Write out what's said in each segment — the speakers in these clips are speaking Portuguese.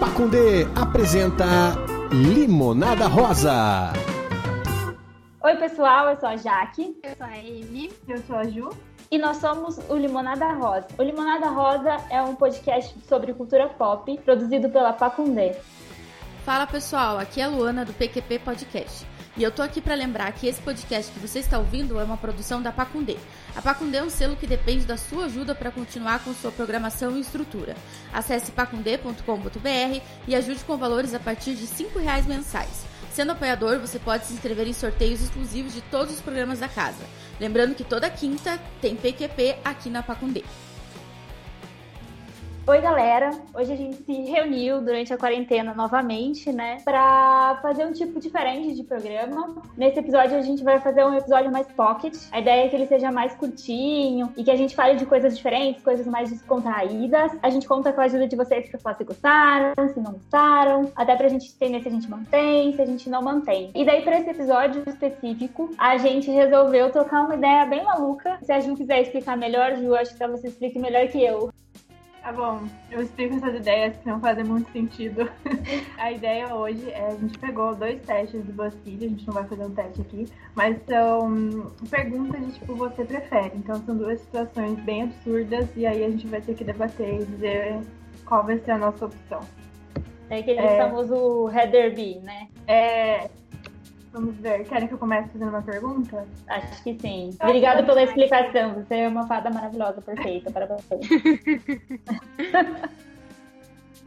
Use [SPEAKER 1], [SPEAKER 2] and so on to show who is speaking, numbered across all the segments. [SPEAKER 1] Pacundê apresenta Limonada Rosa.
[SPEAKER 2] Oi, pessoal, eu sou a Jaque.
[SPEAKER 3] Eu sou a Amy.
[SPEAKER 4] Eu sou a Ju.
[SPEAKER 2] E nós somos o Limonada Rosa. O Limonada Rosa é um podcast sobre cultura pop produzido pela Pacundê.
[SPEAKER 3] Fala pessoal, aqui é a Luana do PQP Podcast. E eu tô aqui para lembrar que esse podcast que você está ouvindo é uma produção da Pacundê. A Pacundê é um selo que depende da sua ajuda para continuar com sua programação e estrutura. Acesse pacundê.com.br e ajude com valores a partir de R$ reais mensais. Sendo apoiador, você pode se inscrever em sorteios exclusivos de todos os programas da casa. Lembrando que toda quinta tem PQP aqui na Pacundê.
[SPEAKER 2] Oi, galera! Hoje a gente se reuniu durante a quarentena novamente, né? Pra fazer um tipo diferente de programa. Nesse episódio a gente vai fazer um episódio mais pocket. A ideia é que ele seja mais curtinho e que a gente fale de coisas diferentes, coisas mais descontraídas. A gente conta com a ajuda de vocês pra falar se gostaram, se não gostaram, até pra gente entender se a gente mantém, se a gente não mantém. E daí, pra esse episódio específico, a gente resolveu trocar uma ideia bem maluca. Se a Ju quiser explicar melhor, Ju, acho que ela se explique melhor que eu.
[SPEAKER 4] Tá bom, eu explico essas ideias que não fazem muito sentido. a ideia hoje é a gente pegou dois testes do BuzzFeed, a gente não vai fazer um teste aqui, mas são perguntas de tipo você prefere. Então são duas situações bem absurdas e aí a gente vai ter que debater e dizer qual vai ser a nossa opção.
[SPEAKER 2] É aquele é... famoso header B, né?
[SPEAKER 4] É. Vamos ver, querem que eu comece fazendo uma pergunta?
[SPEAKER 2] Acho que sim. Obrigada pela explicação. Você é uma fada maravilhosa, perfeita. para você.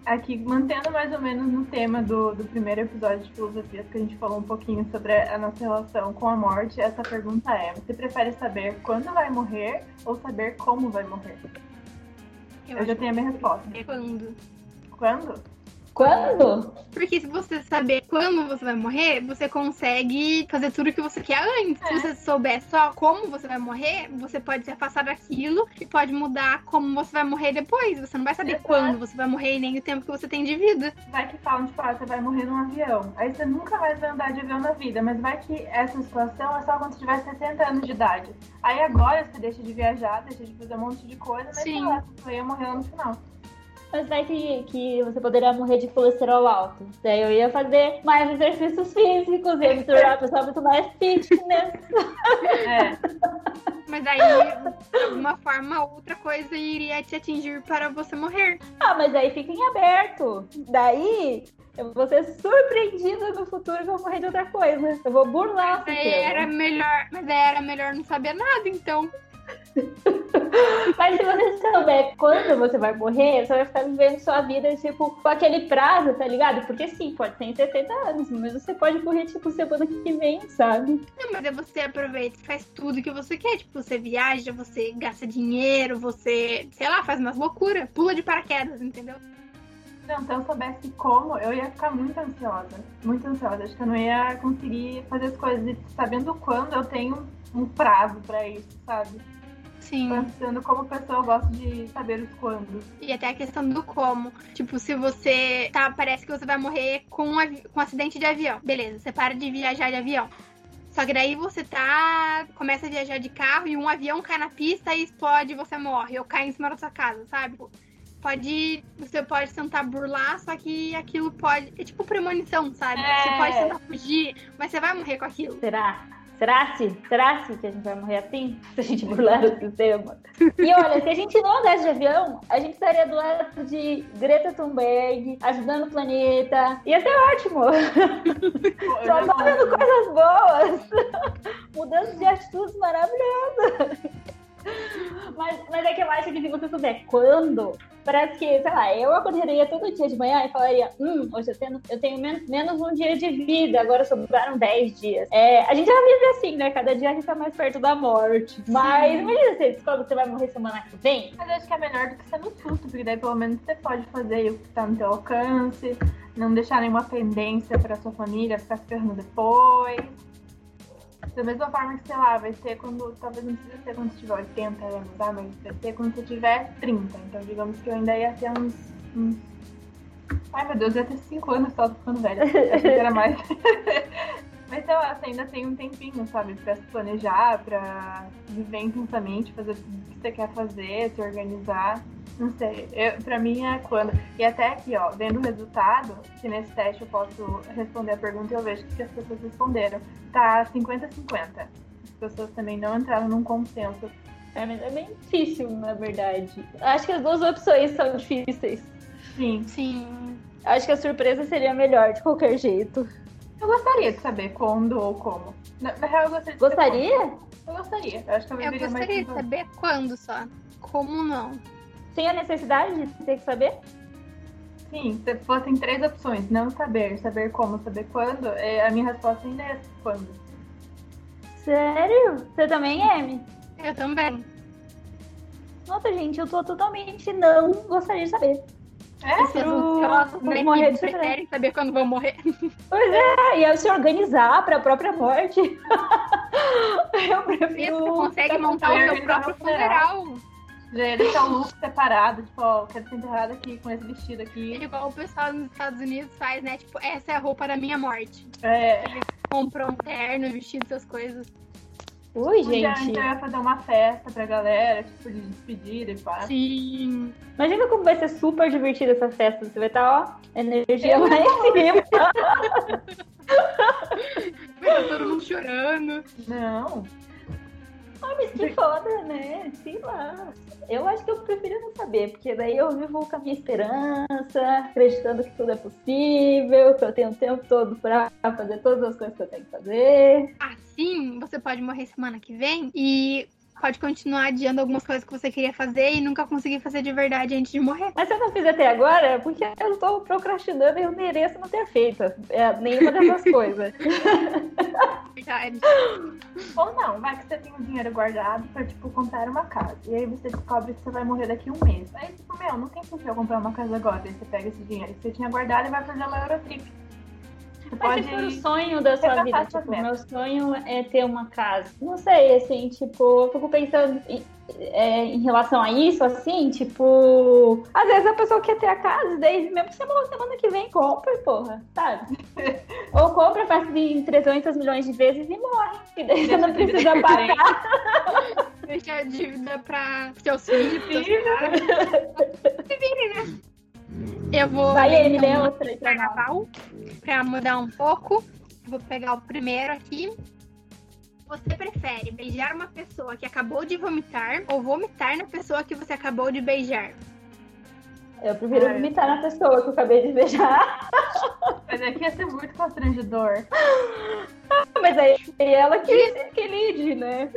[SPEAKER 4] Aqui, mantendo mais ou menos no tema do, do primeiro episódio de filosofias, que a gente falou um pouquinho sobre a nossa relação com a morte, essa pergunta é: você prefere saber quando vai morrer ou saber como vai morrer? Eu, eu já tenho a minha resposta.
[SPEAKER 3] é Quando?
[SPEAKER 4] Quando?
[SPEAKER 2] Quando?
[SPEAKER 3] Porque se você saber quando você vai morrer, você consegue fazer tudo o que você quer antes. É. Se você souber só como você vai morrer, você pode se afastar daquilo e pode mudar como você vai morrer depois. Você não vai saber Exato. quando você vai morrer e nem o tempo que você tem de vida.
[SPEAKER 4] Vai que falam, tipo, ah, você vai morrer num avião. Aí você nunca mais vai andar de avião na vida, mas vai que essa situação é só quando você tiver 60 anos de idade. Aí agora você deixa de viajar, deixa de fazer um monte de coisa, mas Sim. Lá, você ia morrer lá no final.
[SPEAKER 2] Mas vai que, que você poderia morrer de colesterol alto. Daí eu ia fazer mais exercícios físicos, ia me tornar uma pessoa muito mais fitness.
[SPEAKER 3] É. Mas aí, de alguma forma, outra coisa iria te atingir para você morrer.
[SPEAKER 2] Ah, mas aí fica em aberto. Daí, eu vou ser surpreendida no futuro que eu vou morrer de outra coisa. Eu vou burlar
[SPEAKER 3] mas era melhor, Mas aí era melhor não saber nada, então.
[SPEAKER 2] Mas se você souber quando você vai morrer, você vai ficar vivendo sua vida, tipo, com aquele prazo, tá ligado? Porque sim, pode ser em 70 anos, mas você pode morrer, tipo, semana que vem, sabe?
[SPEAKER 3] Não, mas aí você aproveita e faz tudo que você quer. Tipo, você viaja, você gasta dinheiro, você, sei lá, faz umas loucuras, pula de paraquedas, entendeu?
[SPEAKER 4] Não, se eu soubesse como, eu ia ficar muito ansiosa. Muito ansiosa. Acho que eu não ia conseguir fazer as coisas. E sabendo quando, eu tenho um prazo pra isso, sabe?
[SPEAKER 2] Hum.
[SPEAKER 3] Sim.
[SPEAKER 4] Pensando como pessoa, eu gosto de saber os quando.
[SPEAKER 3] E até a questão do como. Tipo, se você tá, parece que você vai morrer com um, com um acidente de avião. Beleza, você para de viajar de avião. Só que daí você tá. começa a viajar de carro e um avião cai na pista e explode e você morre. Ou cai em cima da sua casa, sabe? Pode. Você pode tentar burlar, só que aquilo pode. É tipo premonição, sabe? É. Você pode tentar fugir, mas você vai morrer com aquilo.
[SPEAKER 2] Será? Será se? Será se que a gente vai morrer assim? Se a gente burlar o sistema. E olha, se a gente não andasse de avião, a gente estaria do lado de Greta Thunberg, ajudando o planeta. Ia ser ótimo! Pô, Só fazendo não... coisas boas! Mudança de atitudes maravilhosa! Mas, mas é que eu acho que se você souber quando, parece que, sei lá, eu acordaria todo dia de manhã e falaria: hum, hoje eu tenho, eu tenho menos, menos um dia de vida, agora sobraram 10 dias. É, a gente já vive assim, né? Cada dia a gente tá mais perto da morte. Mas Sim. imagina você descobre que você vai morrer semana que vem.
[SPEAKER 4] Mas eu acho que é melhor do que ser no susto, porque daí pelo menos você pode fazer o que tá no seu alcance, não deixar nenhuma pendência pra sua família ficar se ferrando depois. Da mesma forma que, sei lá, vai ser quando. Talvez não precisa ser quando você tiver 80 anos, tá? Mas vai ser quando você tiver 30. Então, digamos que eu ainda ia ter uns. uns... Ai, meu Deus, eu ia ter 5 anos só ficando velha. Era mais. mas sei lá, você ainda tem um tempinho, sabe? Pra se planejar, pra viver intensamente, fazer o que você quer fazer, se organizar. Não sei, eu, pra mim é quando. E até aqui, ó, vendo o resultado, que nesse teste eu posso responder a pergunta e eu vejo o que as pessoas responderam. Tá 50-50. As pessoas também não entraram num consenso.
[SPEAKER 2] É, mas é bem difícil, na verdade. Acho que as duas opções são difíceis.
[SPEAKER 4] Sim,
[SPEAKER 3] Sim.
[SPEAKER 2] Acho que a surpresa seria melhor, de qualquer jeito.
[SPEAKER 4] eu gostaria de saber quando ou como. Na, na real, eu gostaria de saber
[SPEAKER 2] Gostaria?
[SPEAKER 4] quando. Eu gostaria. Eu acho que eu
[SPEAKER 5] Eu
[SPEAKER 4] viveria
[SPEAKER 5] gostaria
[SPEAKER 4] mais
[SPEAKER 5] de
[SPEAKER 4] com você.
[SPEAKER 5] saber quando só. Como não?
[SPEAKER 2] Tem a necessidade de ter que saber?
[SPEAKER 4] Sim, se fossem três opções, não saber, saber como, saber quando, é, a minha resposta ainda é quando.
[SPEAKER 2] Sério? Você também, Amy?
[SPEAKER 5] Eu também.
[SPEAKER 2] Nossa, gente, eu tô totalmente não gostaria de saber.
[SPEAKER 4] É?
[SPEAKER 5] Vocês
[SPEAKER 2] Pro-
[SPEAKER 5] ansiosos,
[SPEAKER 2] vou
[SPEAKER 5] né,
[SPEAKER 2] morrer
[SPEAKER 5] que
[SPEAKER 2] de surpresa.
[SPEAKER 5] preferem saber quando vão morrer.
[SPEAKER 2] Pois é, e aí se organizar pra própria morte. eu
[SPEAKER 5] Isso,
[SPEAKER 2] prefiro. tá-
[SPEAKER 5] você consegue
[SPEAKER 2] ficar
[SPEAKER 5] montar o
[SPEAKER 4] eu
[SPEAKER 5] seu
[SPEAKER 4] organizar
[SPEAKER 5] próprio
[SPEAKER 4] um funeral.
[SPEAKER 5] funeral.
[SPEAKER 4] Já ia deixar o look separado, tipo, ó, eu quero ser enterrado aqui com esse vestido aqui.
[SPEAKER 5] Igual o pessoal nos Estados Unidos faz, né? Tipo, essa é a roupa da minha morte.
[SPEAKER 4] É,
[SPEAKER 5] Comprou um terno, vestido, essas coisas.
[SPEAKER 2] Ui,
[SPEAKER 4] um dia antes
[SPEAKER 2] gente.
[SPEAKER 4] eu ia fazer uma festa pra galera, tipo, de despedida e pá.
[SPEAKER 5] Sim.
[SPEAKER 2] Imagina como vai ser super divertida essa festa. Você vai estar, ó, energia
[SPEAKER 4] Eu
[SPEAKER 2] lá em cima.
[SPEAKER 5] Vai tá todo mundo chorando.
[SPEAKER 4] Não,
[SPEAKER 2] Ah, mas que foda, né? Sei lá. Eu acho que eu prefiro não saber, porque daí eu vivo com a minha esperança, acreditando que tudo é possível, que eu tenho o tempo todo pra fazer todas as coisas que eu tenho que fazer.
[SPEAKER 5] Assim, você pode morrer semana que vem e pode continuar adiando algumas coisas que você queria fazer e nunca conseguir fazer de verdade antes de morrer.
[SPEAKER 2] Mas se eu não fiz até agora, é porque eu tô procrastinando e eu mereço não ter feito é, nenhuma dessas coisas.
[SPEAKER 5] Verdade.
[SPEAKER 4] Ou não, vai que você tem um dinheiro guardado pra, tipo, comprar uma casa. E aí você descobre que você vai morrer daqui a um mês. Aí, tipo, meu, não tem por que eu comprar uma casa agora. Aí você pega esse dinheiro que você tinha guardado e vai fazer uma Eurotrip. Você
[SPEAKER 2] Mas se for o
[SPEAKER 4] pode.
[SPEAKER 2] sonho da sua
[SPEAKER 4] retratar
[SPEAKER 2] vida,
[SPEAKER 4] suas
[SPEAKER 2] tipo,
[SPEAKER 4] metas.
[SPEAKER 2] meu sonho é ter uma casa. Não sei, assim, tipo, eu fico pensando em, é, em relação a isso, assim, tipo, às vezes a pessoa quer ter a casa, e daí mesmo que você morra semana que vem, compra, porra, sabe? Ou compra, faz em 300 milhões de vezes e morre. E daí você não precisa pagar.
[SPEAKER 5] Deixar a dívida pra seus filhos. pros seus pais. Se virem, né? Eu vou.
[SPEAKER 2] Vai, ele
[SPEAKER 5] então,
[SPEAKER 2] lê outra aí pra nós.
[SPEAKER 5] carnaval para mudar um pouco. Vou pegar o primeiro aqui. Você prefere beijar uma pessoa que acabou de vomitar ou vomitar na pessoa que você acabou de beijar?
[SPEAKER 2] Eu prefiro
[SPEAKER 4] Ai.
[SPEAKER 2] vomitar na pessoa que eu acabei de beijar.
[SPEAKER 4] Mas aqui ia ser muito constrangedor.
[SPEAKER 2] Mas aí é ela que, que lide, né?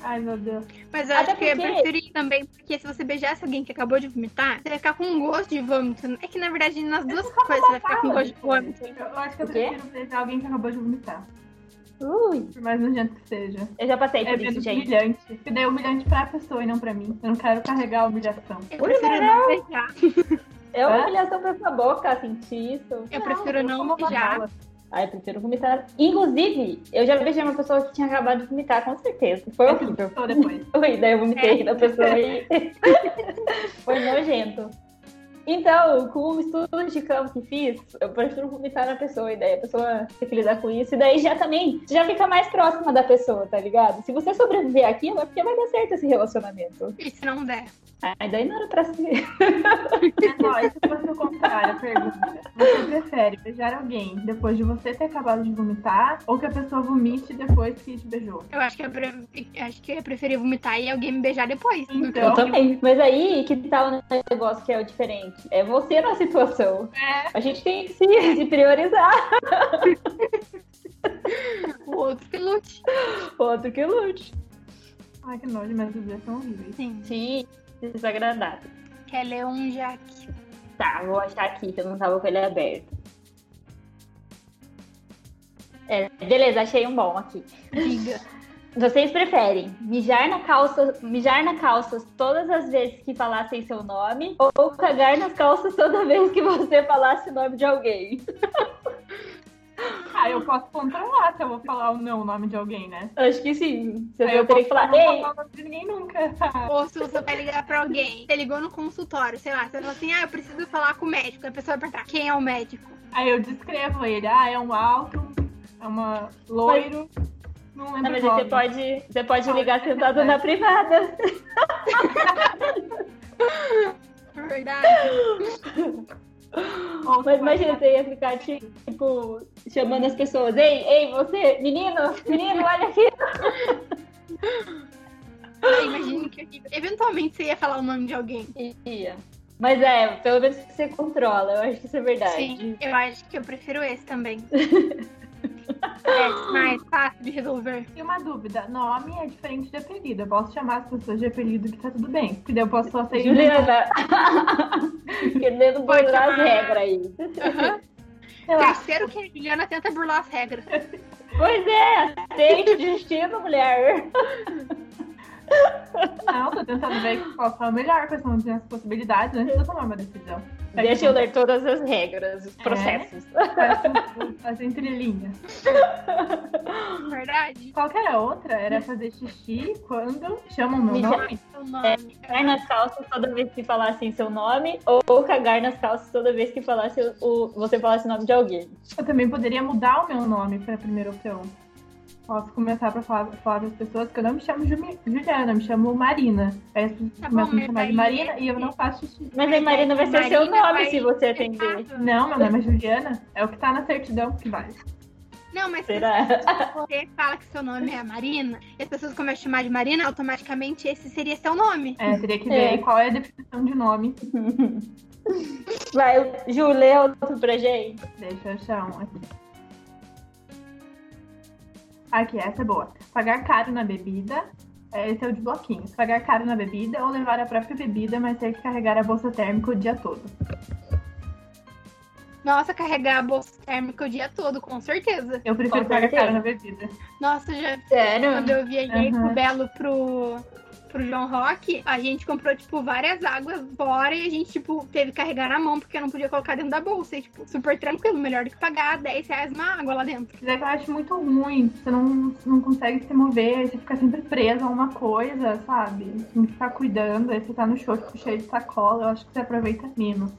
[SPEAKER 4] Ai, meu Deus.
[SPEAKER 5] Mas eu
[SPEAKER 2] Até
[SPEAKER 5] acho que eu
[SPEAKER 2] porque-
[SPEAKER 5] preferi também, porque se você beijasse alguém que acabou de vomitar, você vai ficar com um gosto de vômito. É que na verdade nas duas coisas você vai ficar com gosto de vômito.
[SPEAKER 4] Eu acho que eu
[SPEAKER 2] O quê?
[SPEAKER 4] prefiro beijar alguém que acabou de vomitar.
[SPEAKER 2] Ui,
[SPEAKER 4] Por mais nojento que seja.
[SPEAKER 2] eu já passei
[SPEAKER 4] É
[SPEAKER 2] por isso,
[SPEAKER 4] menos
[SPEAKER 2] gente.
[SPEAKER 4] humilhante. Porque daí é humilhante pra pessoa e não pra mim. Eu não quero carregar a humilhação.
[SPEAKER 5] Eu
[SPEAKER 2] Olha,
[SPEAKER 5] prefiro não beijar.
[SPEAKER 2] É uma
[SPEAKER 4] Hã?
[SPEAKER 2] humilhação pra sua boca sentir isso.
[SPEAKER 5] Eu prefiro
[SPEAKER 4] eu
[SPEAKER 5] não
[SPEAKER 4] como uma
[SPEAKER 5] beijar.
[SPEAKER 4] bala.
[SPEAKER 2] Ah, eu prefiro vomitar. Inclusive, eu já beijei uma pessoa que tinha acabado de vomitar, com certeza. Foi horrível.
[SPEAKER 4] Só depois.
[SPEAKER 2] Ui, daí eu vomitei da pessoa e. Foi nojento. Então, com o estudo de campo que fiz, eu prefiro vomitar na pessoa, e daí a pessoa tem que lidar com isso, e daí já também, já fica mais próxima da pessoa, tá ligado? Se você sobreviver àquilo, é porque vai dar certo esse relacionamento.
[SPEAKER 5] E se não der?
[SPEAKER 2] Aí daí não era pra ser.
[SPEAKER 4] Mas, ó, É e se fosse o contrário, a pergunta. Você prefere beijar alguém depois de você ter acabado de vomitar ou que a pessoa vomite depois que te beijou?
[SPEAKER 5] Eu acho que eu, pre- acho que eu ia preferir vomitar e alguém me beijar depois. né? do que
[SPEAKER 4] Então.
[SPEAKER 2] Eu também. Mas aí, que tal o negócio que é o diferente? É você na situação.
[SPEAKER 4] É.
[SPEAKER 2] A gente tem que se, se priorizar.
[SPEAKER 5] o outro que lute.
[SPEAKER 2] Outro que lute.
[SPEAKER 4] Ai, que nojo, mas os dias são horríveis.
[SPEAKER 5] Sim.
[SPEAKER 2] Sim, desagradável.
[SPEAKER 5] Quer ler um já aqui?
[SPEAKER 2] Tá, vou achar aqui, que eu não tava com ele aberto. É, beleza, achei um bom aqui.
[SPEAKER 5] Diga.
[SPEAKER 2] Vocês preferem mijar na calça, mijar na calça todas as vezes que falassem seu nome ou cagar nas calças toda vez que você falasse o nome de alguém?
[SPEAKER 4] Ah, eu posso controlar se eu vou falar o meu nome de alguém, né?
[SPEAKER 2] Acho que sim. Você
[SPEAKER 4] Aí eu
[SPEAKER 2] vai ter
[SPEAKER 4] posso
[SPEAKER 2] que falar,
[SPEAKER 4] não
[SPEAKER 2] ei,
[SPEAKER 4] falar o nome de ninguém nunca.
[SPEAKER 5] Ou se você vai ligar pra alguém, você ligou no consultório, sei lá, você fala assim, ah, eu preciso falar com o médico. A pessoa vai perguntar, quem é o médico?
[SPEAKER 4] Aí eu descrevo ele. Ah, é um alto, é uma loiro. Não
[SPEAKER 2] Não,
[SPEAKER 4] lembro
[SPEAKER 2] mas é aí
[SPEAKER 4] o nome.
[SPEAKER 2] você pode, você pode
[SPEAKER 4] Não,
[SPEAKER 2] ligar
[SPEAKER 4] é
[SPEAKER 2] sentado na privada.
[SPEAKER 5] Verdade.
[SPEAKER 4] Ou
[SPEAKER 2] Mas
[SPEAKER 4] você
[SPEAKER 2] imagina, você ia ficar, tipo, chamando as pessoas. Ei, ei, você, menino, menino, olha aqui.
[SPEAKER 5] Eu imagino que eu- eventualmente você ia falar o nome de alguém.
[SPEAKER 2] Ia. Mas é, pelo menos você controla, eu acho que isso é verdade.
[SPEAKER 5] Sim, eu acho que eu prefiro esse também. é mais fácil de resolver.
[SPEAKER 4] E assim, uma dúvida, nome é diferente de apelido. Eu posso chamar as pessoas de apelido que tá tudo bem. Porque daí eu posso só ser
[SPEAKER 2] Juliana, querendo
[SPEAKER 5] Pode
[SPEAKER 2] burlar as
[SPEAKER 5] chamar.
[SPEAKER 2] regras aí.
[SPEAKER 4] sei lá,
[SPEAKER 5] Terceiro que a Juliana tenta burlar as regras.
[SPEAKER 2] Pois é, aceite o destino, mulher.
[SPEAKER 4] não, tô tentando ver que qual foi o melhor, quais são as minhas possibilidades antes de eu tomar uma decisão.
[SPEAKER 2] Deixa eu ler todas as regras, os processos.
[SPEAKER 4] As entrelinhas.
[SPEAKER 5] Verdade?
[SPEAKER 4] Qualquer outra era fazer xixi quando chamam meu
[SPEAKER 2] Me chama.
[SPEAKER 4] nome.
[SPEAKER 5] O nome.
[SPEAKER 2] Cagar nas calças toda vez que falassem seu nome, ou ou cagar nas calças toda vez que falasse o- o, você falasse o nome de alguém.
[SPEAKER 4] Eu também poderia mudar o meu nome pra primeira opção. Posso começar pra falar, falar pras pessoas que eu não me chamo Jumi- Juliana, eu me chamo Marina. Aí as pessoas
[SPEAKER 5] Tá bom,
[SPEAKER 4] começam a
[SPEAKER 5] mas
[SPEAKER 4] me chamar de
[SPEAKER 5] aí-
[SPEAKER 4] Marina e eu não faço xixi.
[SPEAKER 2] Mas aí Marina vai ser seu
[SPEAKER 5] Marina
[SPEAKER 2] nome
[SPEAKER 5] vai
[SPEAKER 2] se você
[SPEAKER 5] ser
[SPEAKER 2] atender.
[SPEAKER 5] errado.
[SPEAKER 4] Não, meu nome é Juliana. É o que tá na certidão que vale.
[SPEAKER 5] Não, mas se
[SPEAKER 2] Será?
[SPEAKER 5] você fala que seu nome é Marina, e as pessoas começam a chamar de Marina, automaticamente esse seria seu nome.
[SPEAKER 4] É, teria que ver
[SPEAKER 2] É.
[SPEAKER 4] aí qual é a definição de nome.
[SPEAKER 2] Vai, Ju, lê outro pra gente.
[SPEAKER 4] Deixa eu achar um aqui. Aqui, essa é boa. Pagar caro na bebida. É, Esse é o de bloquinhos. Pagar caro na bebida ou levar a própria bebida, mas ter que carregar a bolsa térmica o dia todo.
[SPEAKER 5] Nossa, carregar a bolsa térmica o dia todo, com certeza.
[SPEAKER 4] Eu prefiro
[SPEAKER 2] Com
[SPEAKER 4] pagar
[SPEAKER 2] certeza.
[SPEAKER 4] caro na bebida.
[SPEAKER 5] Nossa, já quando
[SPEAKER 2] Sério?
[SPEAKER 5] eu viajei
[SPEAKER 4] Aham.
[SPEAKER 5] pro Belo pro, pro João Rock, a gente comprou, tipo, várias águas fora e a gente, tipo, teve que carregar na mão porque não podia colocar dentro da bolsa. E, tipo, super tranquilo, melhor do que pagar 10 reais uma água lá dentro.
[SPEAKER 4] Mas é que eu acho muito ruim. Você não, você não consegue se mover, aí você fica sempre preso a uma coisa, sabe? Tem que ficar cuidando, aí você tá no show tipo, cheio de sacola. Eu acho que você aproveita menos.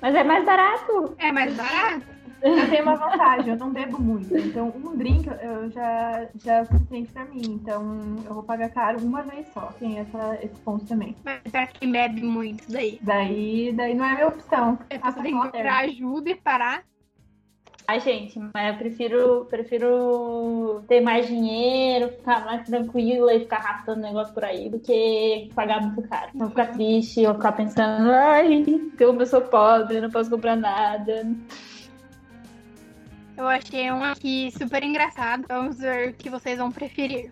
[SPEAKER 2] Mas é mais barato.
[SPEAKER 5] É mais barato?
[SPEAKER 4] Eu tenho uma vantagem, eu não bebo muito. Então, um drink eu já, já é suficiente pra mim. Então, eu vou pagar caro uma vez só. Tem essa, esse ponto também.
[SPEAKER 5] Mas pra quem bebe muito isso daí.
[SPEAKER 4] Daí, daí não é minha opção.
[SPEAKER 5] A
[SPEAKER 4] Ah,
[SPEAKER 5] pessoa tem
[SPEAKER 4] tá
[SPEAKER 5] que procurar ajuda e parar.
[SPEAKER 2] Ai, gente, mas eu prefiro, prefiro ter mais dinheiro, ficar mais tranquila e ficar arrastando negócio por aí do que pagar muito caro. Vou ficar triste, vou ficar pensando, ai, como eu sou pobre, não posso comprar nada.
[SPEAKER 5] Eu achei um aqui super engraçado. Vamos ver o que vocês vão preferir.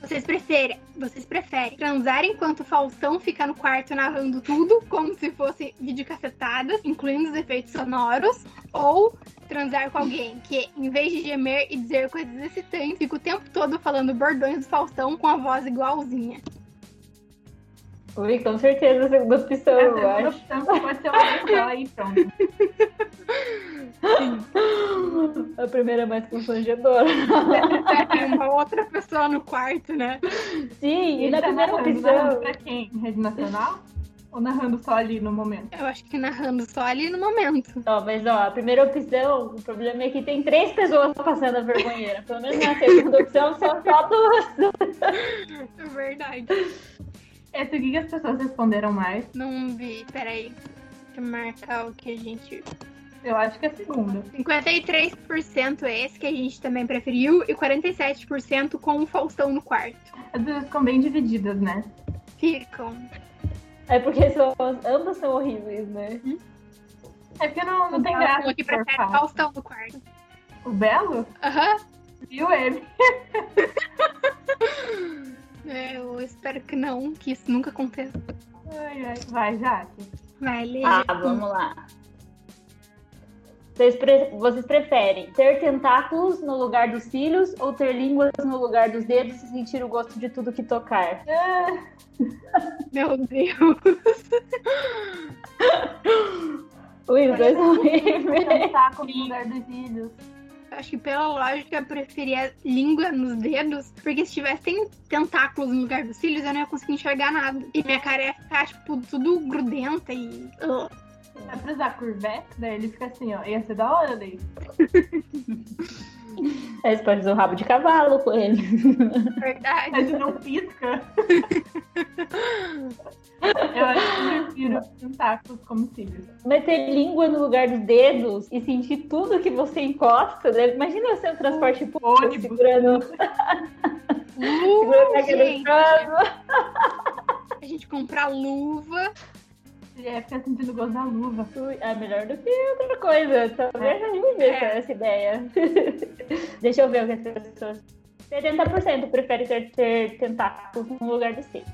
[SPEAKER 5] Vocês preferem, vocês preferem transar enquanto o Faustão fica no quarto narrando tudo, como se fosse videocassetadas, incluindo os efeitos sonoros, ou transar com alguém que, em vez de gemer e dizer coisas excitantes, fica o tempo todo falando bordões do Faustão com a voz igualzinha.
[SPEAKER 2] Ui, com certeza a segunda opção,
[SPEAKER 4] Essa é
[SPEAKER 2] eu
[SPEAKER 4] outra
[SPEAKER 2] acho.
[SPEAKER 4] opção que pode ser uma vez só e pronto.
[SPEAKER 2] A primeira é mais constrangedora.
[SPEAKER 5] É uma outra pessoa no quarto, né?
[SPEAKER 2] Sim, e na
[SPEAKER 4] tá
[SPEAKER 2] primeira
[SPEAKER 4] narrando, narrando
[SPEAKER 2] opção.
[SPEAKER 4] pra quem? Em Rede Nacional? Ou narrando só ali no momento?
[SPEAKER 5] Eu acho que narrando só ali no momento.
[SPEAKER 2] Ó, mas ó, a primeira opção, o problema é que tem três pessoas passando a vergonheira. Pelo menos na segunda opção são só duas.
[SPEAKER 5] É verdade.
[SPEAKER 4] Esse É, o que que as pessoas responderam mais?
[SPEAKER 5] Não vi, peraí. Deixa eu marcar o que a gente.
[SPEAKER 4] Eu acho que é a segunda.
[SPEAKER 5] 53% é esse que a gente também preferiu e 47% com o Faustão no quarto.
[SPEAKER 4] As pessoas ficam bem divididas, né?
[SPEAKER 5] Ficam.
[SPEAKER 2] É porque são, ambas são horríveis, né?
[SPEAKER 4] É porque não, não tem
[SPEAKER 5] Ela
[SPEAKER 4] graça.
[SPEAKER 5] falou que
[SPEAKER 4] se for
[SPEAKER 5] prefere
[SPEAKER 4] fácil.
[SPEAKER 5] Faustão no quarto.
[SPEAKER 4] O Belo?
[SPEAKER 5] Aham.
[SPEAKER 4] Viu ele?
[SPEAKER 5] É, Eu espero que não, que isso nunca aconteça.
[SPEAKER 4] Ai, ai. Vai, Jaque.
[SPEAKER 5] Vai ler.
[SPEAKER 2] Ah, vamos lá. Vocês, pre- vocês preferem ter tentáculos no lugar dos cílios ou ter línguas no lugar dos dedos e sentir o gosto de tudo que tocar?
[SPEAKER 4] Ah.
[SPEAKER 5] Meu Deus.
[SPEAKER 2] Ui, os dois são horríveis.
[SPEAKER 4] tentar como lugar dos vídeos.
[SPEAKER 5] Eu Acho que pela lógica eu preferia língua nos dedos, porque se tivesse tem- tentáculos no lugar dos cílios, eu não ia conseguir enxergar nada. E minha cara ia ficar, tipo, tudo grudenta e. Ugh.
[SPEAKER 4] Vai pra usar Curvette, daí ele fica assim, ó. Ia ser da hora daí.
[SPEAKER 2] Aí você pode usar o rabo de cavalo com ele.
[SPEAKER 5] Verdade.
[SPEAKER 4] Mas ele não pisca. Eu acho que eu prefiro tentáculos como cílios.
[SPEAKER 2] Meter língua no lugar dos dedos e sentir tudo que você encosta. Né? Imagina você no transporte público
[SPEAKER 4] ônibus.
[SPEAKER 2] segurando, segurando
[SPEAKER 5] Uh,
[SPEAKER 2] a
[SPEAKER 5] gente,
[SPEAKER 2] gente.
[SPEAKER 5] a gente comprar luva.
[SPEAKER 4] Ele ia ficar sentindo o gosto da luva.
[SPEAKER 2] É melhor do que outra coisa. Talvez ajude
[SPEAKER 5] É.
[SPEAKER 2] essa, essa ideia. Deixa eu ver o que as pessoas. 70% prefere ter, ter tentáculos no lugar de ser.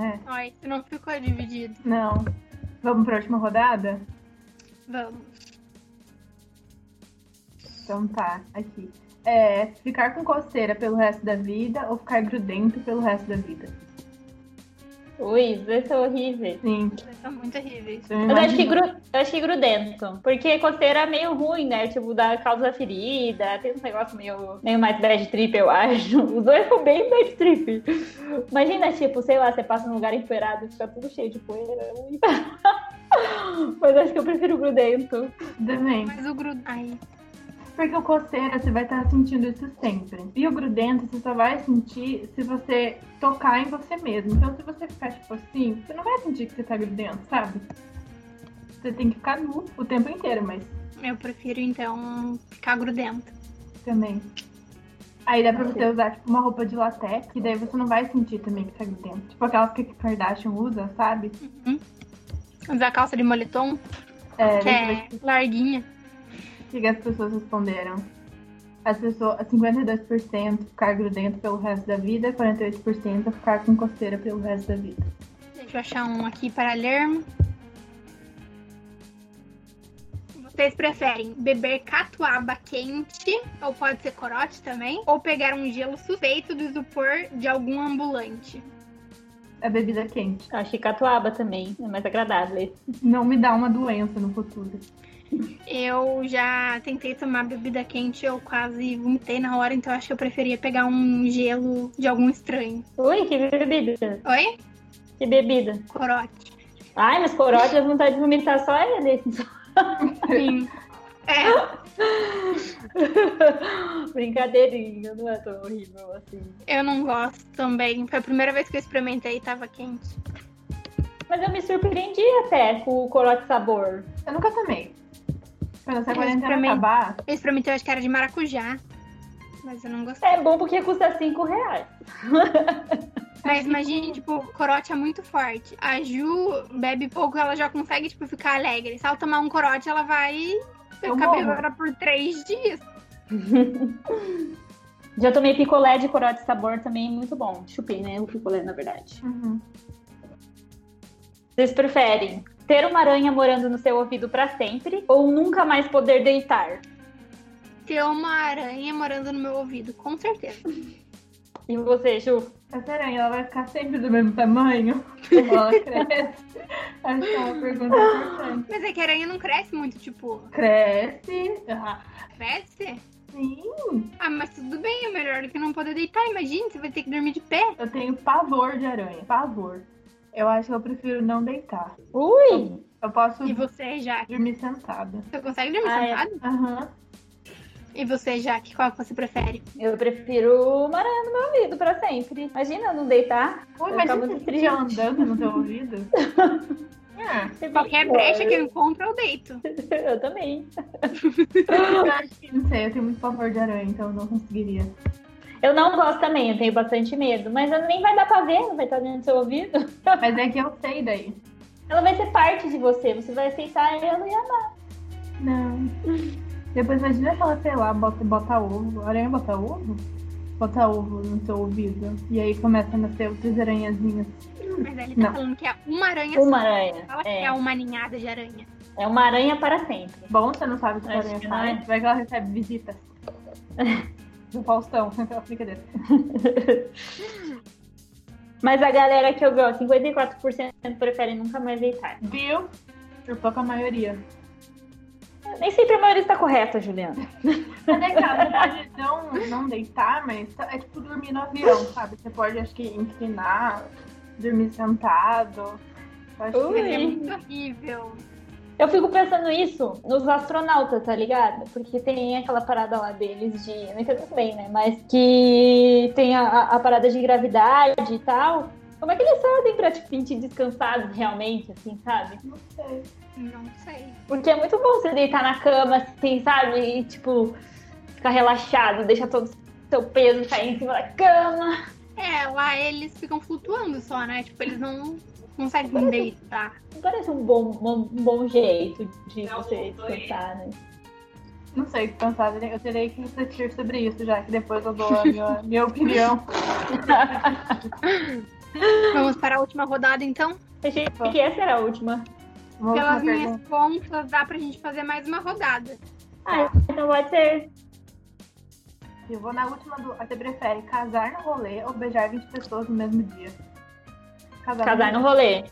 [SPEAKER 4] É.
[SPEAKER 5] Ó, isso não ficou dividido.
[SPEAKER 4] Não. Vamos pra última rodada?
[SPEAKER 5] Vamos.
[SPEAKER 4] Então tá, aqui. É, ficar com coceira pelo resto da vida ou ficar grudento pelo resto da vida?
[SPEAKER 2] Ui, os dois são horríveis.
[SPEAKER 4] Sim.
[SPEAKER 5] Elas são muito horríveis.
[SPEAKER 4] Eu
[SPEAKER 2] Mas eu acho, que
[SPEAKER 4] imagino.
[SPEAKER 2] gru, eu acho que grudento. Porque coceira é meio ruim, né? Tipo, dá causa ferida. Tem um negócio meio, meio mais bad trip, eu acho. Os dois são bem bad trip. Imagina, tipo, sei lá, você passa num lugar empoeirado, fica tudo cheio de poeira. Ui. Mas acho que eu prefiro grudento.
[SPEAKER 4] Também.
[SPEAKER 5] Mas o grudo. Ai,
[SPEAKER 4] Porque o coceira, você vai estar sentindo isso sempre. E o grudento, você só vai sentir se você tocar em você mesmo. Então, se você ficar, tipo assim, você não vai sentir que você tá grudento, sabe? Você tem que ficar nu o tempo inteiro, mas
[SPEAKER 5] eu prefiro então ficar grudento.
[SPEAKER 4] também. Aí dá pra você usar, tipo, uma roupa de latex, e daí você não vai sentir também que tá grudento. Tipo aquelas que Kardashian usa, sabe?
[SPEAKER 5] Usar calça de moletom,
[SPEAKER 4] É,
[SPEAKER 5] que
[SPEAKER 4] deixa eu ver
[SPEAKER 5] é larguinha.
[SPEAKER 4] o que que as pessoas responderam. As pessoas, 52% ficar grudento pelo resto da vida, 48% ficar com coceira pelo resto da vida.
[SPEAKER 5] Deixa eu achar um aqui para ler. Vocês preferem beber catuaba quente, ou pode ser corote também, ou pegar um gelo suspeito do isopor de algum ambulante?
[SPEAKER 4] A É bebida quente.
[SPEAKER 2] Acho que catuaba também. É mais agradável.
[SPEAKER 4] Não me dá uma doença no futuro.
[SPEAKER 5] Eu já tentei tomar bebida quente, eu quase vomitei na hora, então acho que eu preferia pegar um gelo de algum estranho.
[SPEAKER 2] Ui, que bebida.
[SPEAKER 5] Oi?
[SPEAKER 2] Que bebida.
[SPEAKER 5] Corote.
[SPEAKER 2] Ai, mas corote, dá vontade de vomitar só ele.
[SPEAKER 5] Sim. É,
[SPEAKER 2] Brincadeirinha, não é tão horrível assim.
[SPEAKER 5] eu não gosto também. Foi a primeira vez que eu experimentei e tava quente.
[SPEAKER 2] Mas eu me surpreendi até com o corote sabor.
[SPEAKER 4] Eu nunca tomei. Quando essa
[SPEAKER 5] Eu
[SPEAKER 4] quarentena
[SPEAKER 5] também.
[SPEAKER 4] acabar,
[SPEAKER 5] Eu experimentei, acho que era de maracujá. Mas eu não gostei.
[SPEAKER 2] É bom porque custa 5 reais.
[SPEAKER 4] É,
[SPEAKER 5] Mas imagine, tipo, corote é muito forte. A Ju bebe pouco, ela já consegue, tipo, ficar alegre. Se ela tomar um corote, ela vai
[SPEAKER 4] Eu
[SPEAKER 5] ficar
[SPEAKER 4] morro.
[SPEAKER 5] bêbada por três dias.
[SPEAKER 2] Já tomei picolé de corote sabor também, muito bom. Chupei, né? O picolé, na verdade.
[SPEAKER 4] uhum.
[SPEAKER 2] Vocês preferem ter uma aranha morando no seu ouvido pra sempre ou nunca mais poder deitar?
[SPEAKER 5] Ter uma aranha morando no meu ouvido, com certeza.
[SPEAKER 2] E você, Ju?
[SPEAKER 4] essa aranha ela vai ficar sempre do mesmo tamanho. Ela cresce. Acho que é uma pergunta importante.
[SPEAKER 5] Mas é que a aranha não cresce muito, tipo,
[SPEAKER 4] Cresce. Ah,
[SPEAKER 5] cresce?
[SPEAKER 4] sim.
[SPEAKER 5] Ah, mas tudo bem, é melhor do que não poder deitar. Imagina, você vai ter que dormir de pé.
[SPEAKER 4] Eu tenho pavor de aranha. Pavor. Eu acho que eu prefiro não deitar.
[SPEAKER 2] Ui!
[SPEAKER 4] Eu posso
[SPEAKER 5] E você, Jaque?
[SPEAKER 4] dormir sentada.
[SPEAKER 5] Você consegue dormir
[SPEAKER 2] Ah, é.
[SPEAKER 5] sentado?
[SPEAKER 4] Aham.
[SPEAKER 5] E você, Jaque, qual que você prefere?
[SPEAKER 2] Eu prefiro uma aranha no meu ouvido pra sempre. Imagina eu não deitar.
[SPEAKER 4] Ui,
[SPEAKER 2] Eu
[SPEAKER 4] mas
[SPEAKER 2] tava
[SPEAKER 4] você
[SPEAKER 2] muito
[SPEAKER 4] fica andando no teu ouvido? Ah,
[SPEAKER 5] Qualquer brecha que eu encontro, eu deito.
[SPEAKER 2] Eu também.
[SPEAKER 4] eu acho que não sei, eu tenho muito pavor de aranha, então eu não conseguiria.
[SPEAKER 2] Eu não gosto também, eu tenho bastante medo. Mas ela nem vai dar pra ver, não vai estar dentro do seu ouvido.
[SPEAKER 4] Mas é que eu sei daí.
[SPEAKER 2] Ela vai ser parte de você, você vai aceitar ela e amar.
[SPEAKER 4] Não. Depois imagina se ela, sei lá, bota, bota ovo. A Aranha bota ovo? Bota ovo no seu ouvido. E aí começa a nascer outras aranhazinhas.
[SPEAKER 5] Mas ele tá
[SPEAKER 4] Não.
[SPEAKER 5] falando que é uma aranha
[SPEAKER 2] Uma
[SPEAKER 5] só.
[SPEAKER 2] aranha.
[SPEAKER 5] Fala que é
[SPEAKER 2] É,
[SPEAKER 5] uma ninhada de aranha.
[SPEAKER 2] é uma aranha para sempre.
[SPEAKER 4] Bom, você não sabe o que a
[SPEAKER 2] Acho
[SPEAKER 4] aranha
[SPEAKER 2] que não é.
[SPEAKER 4] faz. Vai que ela recebe visitas. Do Faustão, aquela brincadeira.
[SPEAKER 2] Mas a galera que eu vi, ó, 54% prefere nunca mais deitar.
[SPEAKER 4] Viu? Eu tô com a maioria.
[SPEAKER 2] Nem sempre a maioria está correta, Juliana.
[SPEAKER 4] Mas é que ela pode não, não deitar, mas tá- é tipo dormir no avião, sabe? Você pode, acho que, inclinar, dormir sentado. Eu acho que
[SPEAKER 5] Ele é
[SPEAKER 2] Ui.
[SPEAKER 5] muito horrível.
[SPEAKER 2] Eu fico pensando isso nos astronautas, tá ligado? Porque tem aquela parada lá deles de. Não entendo bem, né? Mas que tem a, a- a parada de gravidade e tal. Como é que eles fazem pra tipo, sentir descansados realmente, assim, sabe?
[SPEAKER 4] Não sei.
[SPEAKER 5] Não sei.
[SPEAKER 2] Porque é muito bom você deitar na cama, assim, sabe? E, tipo, ficar relaxado, deixar todo o seu peso cair em cima da cama.
[SPEAKER 5] É, lá eles ficam flutuando só, né? Tipo, eles não
[SPEAKER 4] é
[SPEAKER 5] conseguem deitar.
[SPEAKER 2] Não parece um bom, um bom jeito de
[SPEAKER 6] Não,
[SPEAKER 2] você
[SPEAKER 6] não é.
[SPEAKER 2] descansar, né?
[SPEAKER 4] Não sei o que pensar. Eu terei que refletir sobre isso, já que depois eu dou a minha, minha opinião.
[SPEAKER 5] Vamos para a última rodada, então.
[SPEAKER 2] Achei que essa era a última.
[SPEAKER 4] Uma última
[SPEAKER 5] Pelas minhas
[SPEAKER 4] pergunta.
[SPEAKER 5] contas, dá pra gente fazer mais uma rodada.
[SPEAKER 2] Ah, então pode ser.
[SPEAKER 4] Eu vou na última do. Você prefere casar no rolê ou beijar 20 pessoas no mesmo dia?
[SPEAKER 2] Casar no rolê. É.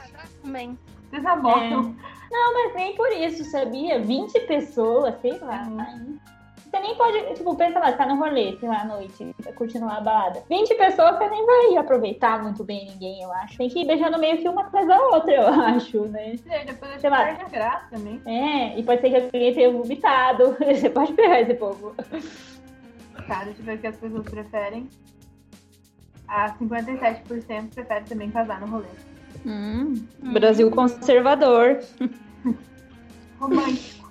[SPEAKER 5] Também.
[SPEAKER 4] Vocês namoram.
[SPEAKER 2] Não, mas nem por isso, sabia? 20 pessoas, sei lá.
[SPEAKER 4] Uhum.
[SPEAKER 2] aí. Você nem pode, tipo, pensa lá, você tá no rolê, sei lá, à noite, curtindo uma balada. 20 pessoas, você nem vai aproveitar muito bem ninguém, eu acho. Tem que ir beijando meio que uma atrás da outra, eu acho, né?
[SPEAKER 4] E aí, depois a gente
[SPEAKER 2] Sei lá.
[SPEAKER 4] perde a graça né? também.
[SPEAKER 2] É, e pode ser que alguém tenha vomitado. Você pode pegar esse povo.
[SPEAKER 4] Cara, deixa eu ver o que as pessoas preferem. Ah, 57% prefere também casar no rolê.
[SPEAKER 2] Hum. Brasil conservador.
[SPEAKER 4] Romântico.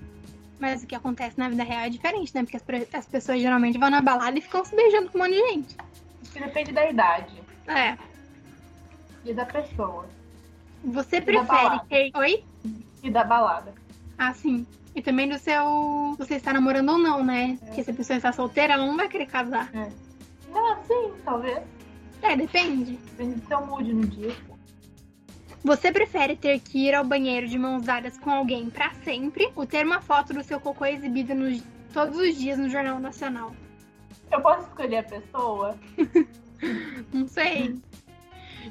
[SPEAKER 5] Mas o que acontece na vida real é diferente, né? Porque as, pre- as pessoas geralmente vão na balada e ficam se beijando com um monte de gente.
[SPEAKER 4] Acho que depende da idade
[SPEAKER 5] É.
[SPEAKER 4] e da pessoa.
[SPEAKER 5] Você
[SPEAKER 4] balada.
[SPEAKER 5] prefere ter. Oi?
[SPEAKER 4] E da balada.
[SPEAKER 5] Ah, sim. E também do seu. Você está namorando ou não, né? Porque se a pessoa está solteira, ela não vai querer casar.
[SPEAKER 4] Não, sim, Então, assim, talvez.
[SPEAKER 5] É, depende.
[SPEAKER 4] Depende do seu mood no dia.
[SPEAKER 5] Você prefere ter que ir ao banheiro de mãos dadas com alguém pra sempre ou ter uma foto do seu cocô exibida nos- todos os dias no Jornal Nacional?
[SPEAKER 4] Eu posso escolher a pessoa?
[SPEAKER 5] Não sei.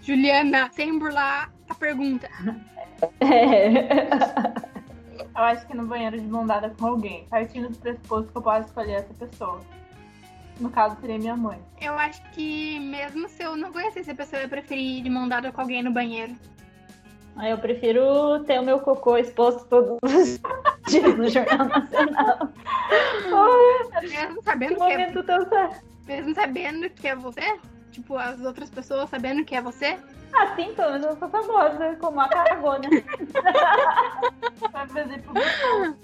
[SPEAKER 5] Juliana, sem burlar a pergunta.
[SPEAKER 2] É.
[SPEAKER 4] Eu acho que no banheiro de mão dada com alguém. Partindo do pressuposto que eu posso escolher essa pessoa. No caso, seria minha mãe.
[SPEAKER 5] Eu acho que mesmo se eu não conhecesse a pessoa, eu ia preferir ir de mão dada com alguém no banheiro.
[SPEAKER 2] Ah, Eu prefiro ter o meu cocô exposto todos os dias no Jornal Nacional.
[SPEAKER 5] Mesmo sabendo
[SPEAKER 2] Que
[SPEAKER 5] que é,
[SPEAKER 2] momento tão sério.
[SPEAKER 5] mesmo sabendo que é você, tipo, as outras pessoas sabendo que é você,
[SPEAKER 2] Assim, pelo menos eu sou famosa, como a Caragona.
[SPEAKER 4] Vai fazer publicidade.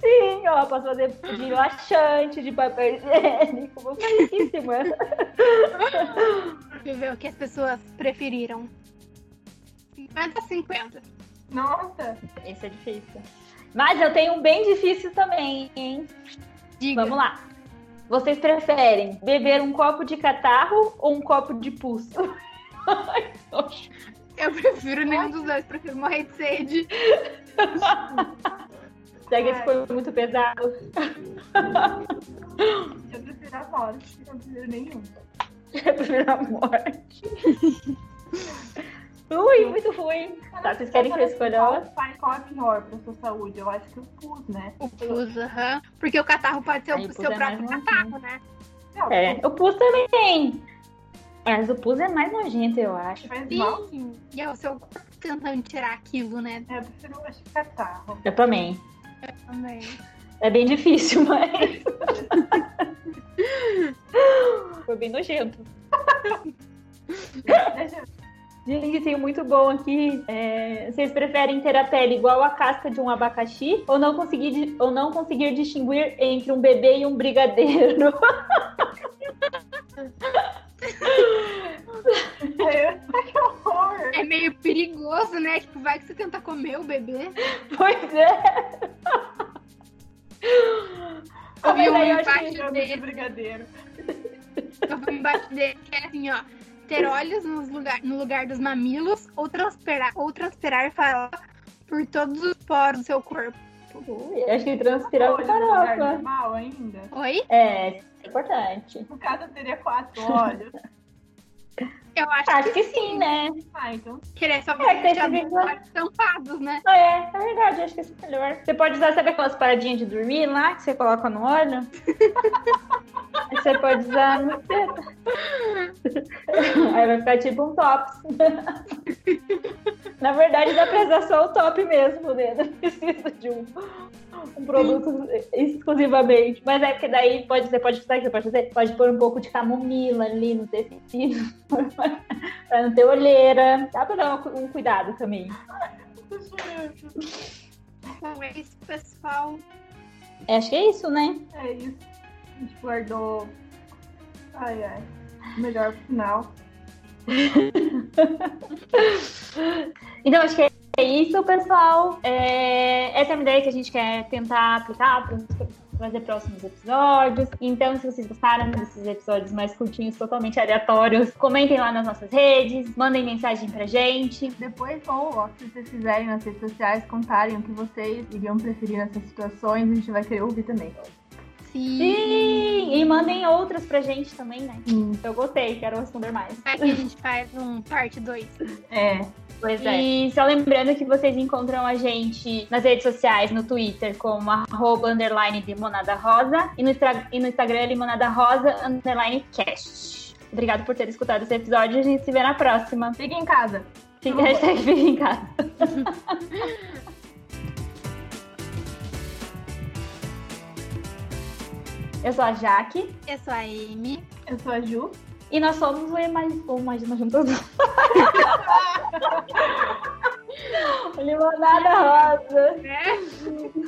[SPEAKER 2] Sim, ó, posso fazer de laxante, de papel higiênico, vou felicíssima.
[SPEAKER 5] deixa eu ver o que as pessoas preferiram. 50 a 50.
[SPEAKER 4] Nossa!
[SPEAKER 2] Esse é difícil. Mas eu tenho um bem difícil também, hein?
[SPEAKER 5] Diga.
[SPEAKER 2] Vamos lá. Vocês preferem beber um copo de catarro ou um copo de pulso?
[SPEAKER 5] Eu prefiro nenhum dos dois, prefiro morrer de sede.
[SPEAKER 2] Já que esse foi muito pesado.
[SPEAKER 4] Eu prefiro a morte, eu não prefiro nenhum.
[SPEAKER 2] É a primeira morte. Ui, muito ruim. Tá, vocês querem que eu escolha
[SPEAKER 4] Qual
[SPEAKER 2] outra?
[SPEAKER 4] faz- Qual é pior pra sua saúde? Eu acho que o pus, né?
[SPEAKER 5] O pus, aham. Porque o catarro pode ser
[SPEAKER 2] Aí
[SPEAKER 5] o
[SPEAKER 2] pus
[SPEAKER 5] seu
[SPEAKER 2] é
[SPEAKER 5] próprio
[SPEAKER 2] mais
[SPEAKER 5] catarro, né?
[SPEAKER 4] Não,
[SPEAKER 2] É,
[SPEAKER 4] pus
[SPEAKER 2] o pus também tem. Mas o pus é mais nojento, eu acho.
[SPEAKER 4] faz mal.
[SPEAKER 5] Sim. E é o seu corpo tentando tirar aquilo, né?
[SPEAKER 4] É, eu prefiro, acho que catarro.
[SPEAKER 2] Eu também.
[SPEAKER 5] Também.
[SPEAKER 2] É bem difícil, mas. Foi bem nojento.
[SPEAKER 4] Deixa eu
[SPEAKER 2] Gente, tem um muito bom aqui. É, vocês preferem ter a pele igual a casca de um abacaxi ou não conseguir, di- ou não conseguir distinguir entre um bebê e um brigadeiro?
[SPEAKER 4] ver. Que horror!
[SPEAKER 5] É meio perigoso, né? Tipo, vai que você tenta comer o bebê.
[SPEAKER 2] pois é.
[SPEAKER 5] Eu
[SPEAKER 2] Mas aí
[SPEAKER 5] vi um
[SPEAKER 2] eu achei
[SPEAKER 5] embaixo
[SPEAKER 4] Chama de
[SPEAKER 5] dele.
[SPEAKER 4] brigadeiro.
[SPEAKER 5] Eu vi um embaixo dele que era assim, ó. Ter olhos nos lugar, no lugar dos mamilos ou transpirar, ou transpirar farofa por todos os poros do seu corpo.
[SPEAKER 2] Eu achei
[SPEAKER 5] Tá
[SPEAKER 2] transpirar
[SPEAKER 4] Hoje,
[SPEAKER 2] com
[SPEAKER 4] no lugar
[SPEAKER 2] farofa.
[SPEAKER 4] normal ainda.
[SPEAKER 5] Oi?
[SPEAKER 2] É, isso é importante.
[SPEAKER 4] No caso, eu teria quatro olhos.
[SPEAKER 5] Eu acho
[SPEAKER 2] Acho que sim, né?
[SPEAKER 4] ah, então
[SPEAKER 5] que ele é só
[SPEAKER 2] É,
[SPEAKER 5] você
[SPEAKER 2] que
[SPEAKER 5] deixar
[SPEAKER 2] tem
[SPEAKER 5] os
[SPEAKER 2] que-
[SPEAKER 5] olhos tampados, né?
[SPEAKER 2] Ah, É, é verdade, acho que isso é melhor. Você pode usar, sabe aquelas paradinhas de dormir lá que você coloca no olho? Aí você pode usar no teto. Aí vai ficar tipo um tops. Na verdade, dá pra usar só o top mesmo, né? Não precisa de um, um produto exclusivamente. Mas é porque daí pode, você pode usar, você pode fazer, pode pôr um pouco de camomila ali no tecido, pra não ter olheira. Dá pra dar um, um cuidado também.
[SPEAKER 5] Bom, é isso, pessoal.
[SPEAKER 2] É, acho que é isso, né?
[SPEAKER 4] É isso. A gente guardou. Ai, ai. Melhor pro final.
[SPEAKER 2] Então, acho que é isso, pessoal. É, essa é uma ideia que a gente quer tentar aplicar para fazer próximos episódios. Então, se vocês gostaram desses episódios mais curtinhos, totalmente aleatórios, comentem lá nas nossas redes, mandem mensagem pra gente.
[SPEAKER 4] Depois, ou ó, se vocês fizerem nas redes sociais, contarem o que vocês iriam preferir nessas situações, a gente vai querer ouvir também.
[SPEAKER 2] Sim! E mandem outras pra gente também, né? Eu gostei, quero responder mais.
[SPEAKER 5] Aqui a gente faz um parte 2.
[SPEAKER 4] É.
[SPEAKER 2] Pois é. E só lembrando que vocês encontram a gente nas redes sociais, no Twitter, como arroba underline limonada rosa e no, Instra- e no Instagram limonada rosa underline cast. Obrigado por ter escutado esse episódio. A gente se vê na próxima.
[SPEAKER 4] Fique em casa.
[SPEAKER 2] Fica, hashtag fica em casa. Eu sou a Jaque
[SPEAKER 5] Eu sou a Amy.
[SPEAKER 4] Eu sou a Ju.
[SPEAKER 2] e nós somos o mais ou mais nós somos todos. Limonada Rosa.
[SPEAKER 5] Né?